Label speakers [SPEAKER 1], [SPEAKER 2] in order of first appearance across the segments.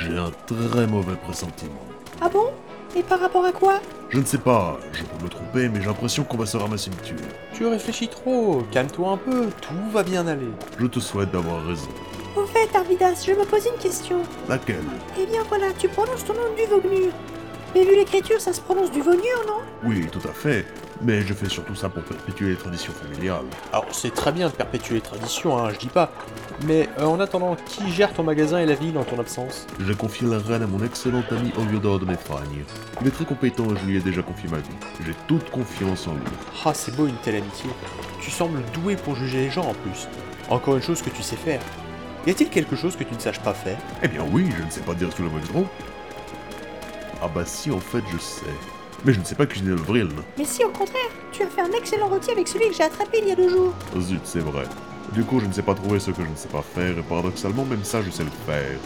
[SPEAKER 1] J'ai un très mauvais pressentiment.
[SPEAKER 2] Ah bon Et par rapport à quoi
[SPEAKER 1] Je ne sais pas, je peux me tromper, mais j'ai l'impression qu'on va se ramasser une tuile.
[SPEAKER 3] Tu réfléchis trop, calme-toi un peu, tout va bien aller.
[SPEAKER 1] Je te souhaite d'avoir raison.
[SPEAKER 2] Au fait, Arvidas, je me pose une question.
[SPEAKER 1] Laquelle
[SPEAKER 2] Eh bien voilà, tu prononces ton nom du Vognur. Mais vu l'écriture, ça se prononce du Vognur, non
[SPEAKER 1] Oui, tout à fait, mais je fais surtout ça pour perpétuer les traditions familiales.
[SPEAKER 3] Alors c'est très bien de perpétuer les traditions, hein, je dis pas. Mais euh, en attendant, qui gère ton magasin et la ville en ton absence
[SPEAKER 1] J'ai confié la reine à mon excellent ami Oviodor de Métragne. Il est très compétent et je lui ai déjà confié ma vie. J'ai toute confiance en lui.
[SPEAKER 3] Ah, c'est beau une telle amitié. Tu sembles doué pour juger les gens en plus. Encore une chose que tu sais faire. Y a-t-il quelque chose que tu ne saches pas faire
[SPEAKER 1] Eh bien oui, je ne sais pas dire tout le mot Ah bah si, en fait, je sais. Mais je ne sais pas cuisiner le vril.
[SPEAKER 2] Mais si, au contraire, tu as fait un excellent rôti avec celui que j'ai attrapé il y a deux jours.
[SPEAKER 1] Zut, c'est vrai. Du coup, je ne sais pas trouver ce que je ne sais pas faire, et paradoxalement, même ça, je sais le faire.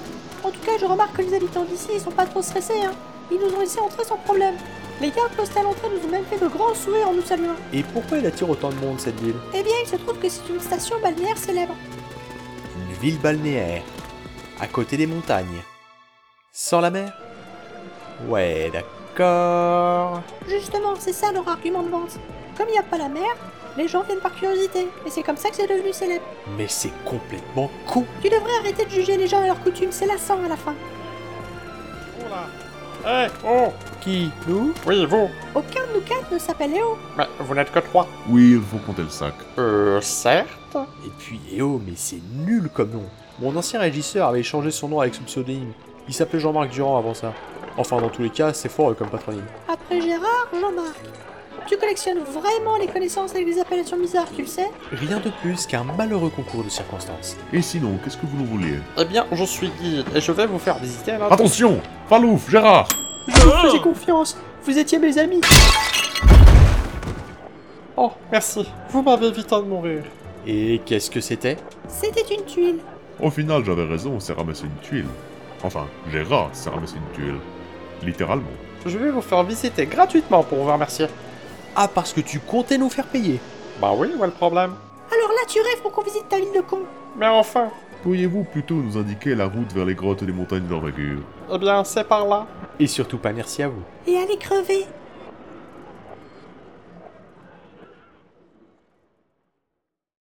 [SPEAKER 2] En tout cas, je remarque que les habitants d'ici, ils sont pas trop stressés, hein. Ils nous ont laissé entrer sans problème. Les gardes postés à l'entrée nous ont même fait de grands sourires en nous saluant.
[SPEAKER 3] Et pourquoi il attire autant de monde cette ville
[SPEAKER 2] Eh bien, il se trouve que c'est une station balnéaire célèbre.
[SPEAKER 3] Une ville balnéaire, à côté des montagnes. Sans la mer Ouais, d'accord.
[SPEAKER 2] Justement, c'est ça leur argument de vente. Comme il n'y a pas la mer, les gens viennent par curiosité, et c'est comme ça que c'est devenu célèbre.
[SPEAKER 3] Mais c'est complètement con.
[SPEAKER 2] Tu devrais arrêter de juger les gens à leurs coutumes, c'est lassant à la fin.
[SPEAKER 4] Eh oh
[SPEAKER 3] Qui Nous
[SPEAKER 4] Oui, vous
[SPEAKER 2] Aucun de nous quatre ne s'appelle Léo.
[SPEAKER 4] Mais vous n'êtes que trois.
[SPEAKER 1] Oui, il faut compter le sac.
[SPEAKER 4] Euh, certes.
[SPEAKER 3] Et puis, eh oh, mais c'est nul comme nom. Mon ancien régisseur avait changé son nom avec son pseudonyme. Il s'appelait Jean-Marc Durand avant ça. Enfin, dans tous les cas, c'est fort comme patronyme.
[SPEAKER 2] Après Gérard, Jean-Marc. Tu collectionnes vraiment les connaissances avec des appellations bizarres, tu le sais
[SPEAKER 3] Rien de plus qu'un malheureux concours de circonstances.
[SPEAKER 1] Et sinon, qu'est-ce que vous nous vouliez
[SPEAKER 4] Eh bien, je suis guide et je vais vous faire visiter la...
[SPEAKER 1] Attention Falouf, Gérard
[SPEAKER 2] Je vous faisais confiance, vous étiez mes amis.
[SPEAKER 4] Oh, merci. Vous m'avez évité de mourir.
[SPEAKER 3] Et qu'est-ce que c'était
[SPEAKER 2] C'était une tuile.
[SPEAKER 1] Au final, j'avais raison, on s'est ramassé une tuile. Enfin, Gérard s'est ramassé une tuile. Littéralement.
[SPEAKER 4] Je vais vous faire visiter gratuitement pour vous remercier.
[SPEAKER 3] Ah, parce que tu comptais nous faire payer.
[SPEAKER 4] Bah oui, où est le problème
[SPEAKER 2] Alors là, tu rêves pour qu'on visite ta ville de con.
[SPEAKER 4] Mais enfin,
[SPEAKER 1] Pourriez-vous plutôt nous indiquer la route vers les grottes et les montagnes d'envergure
[SPEAKER 4] eh bien, c'est par là.
[SPEAKER 3] Et surtout pas merci à vous.
[SPEAKER 2] Et allez crever.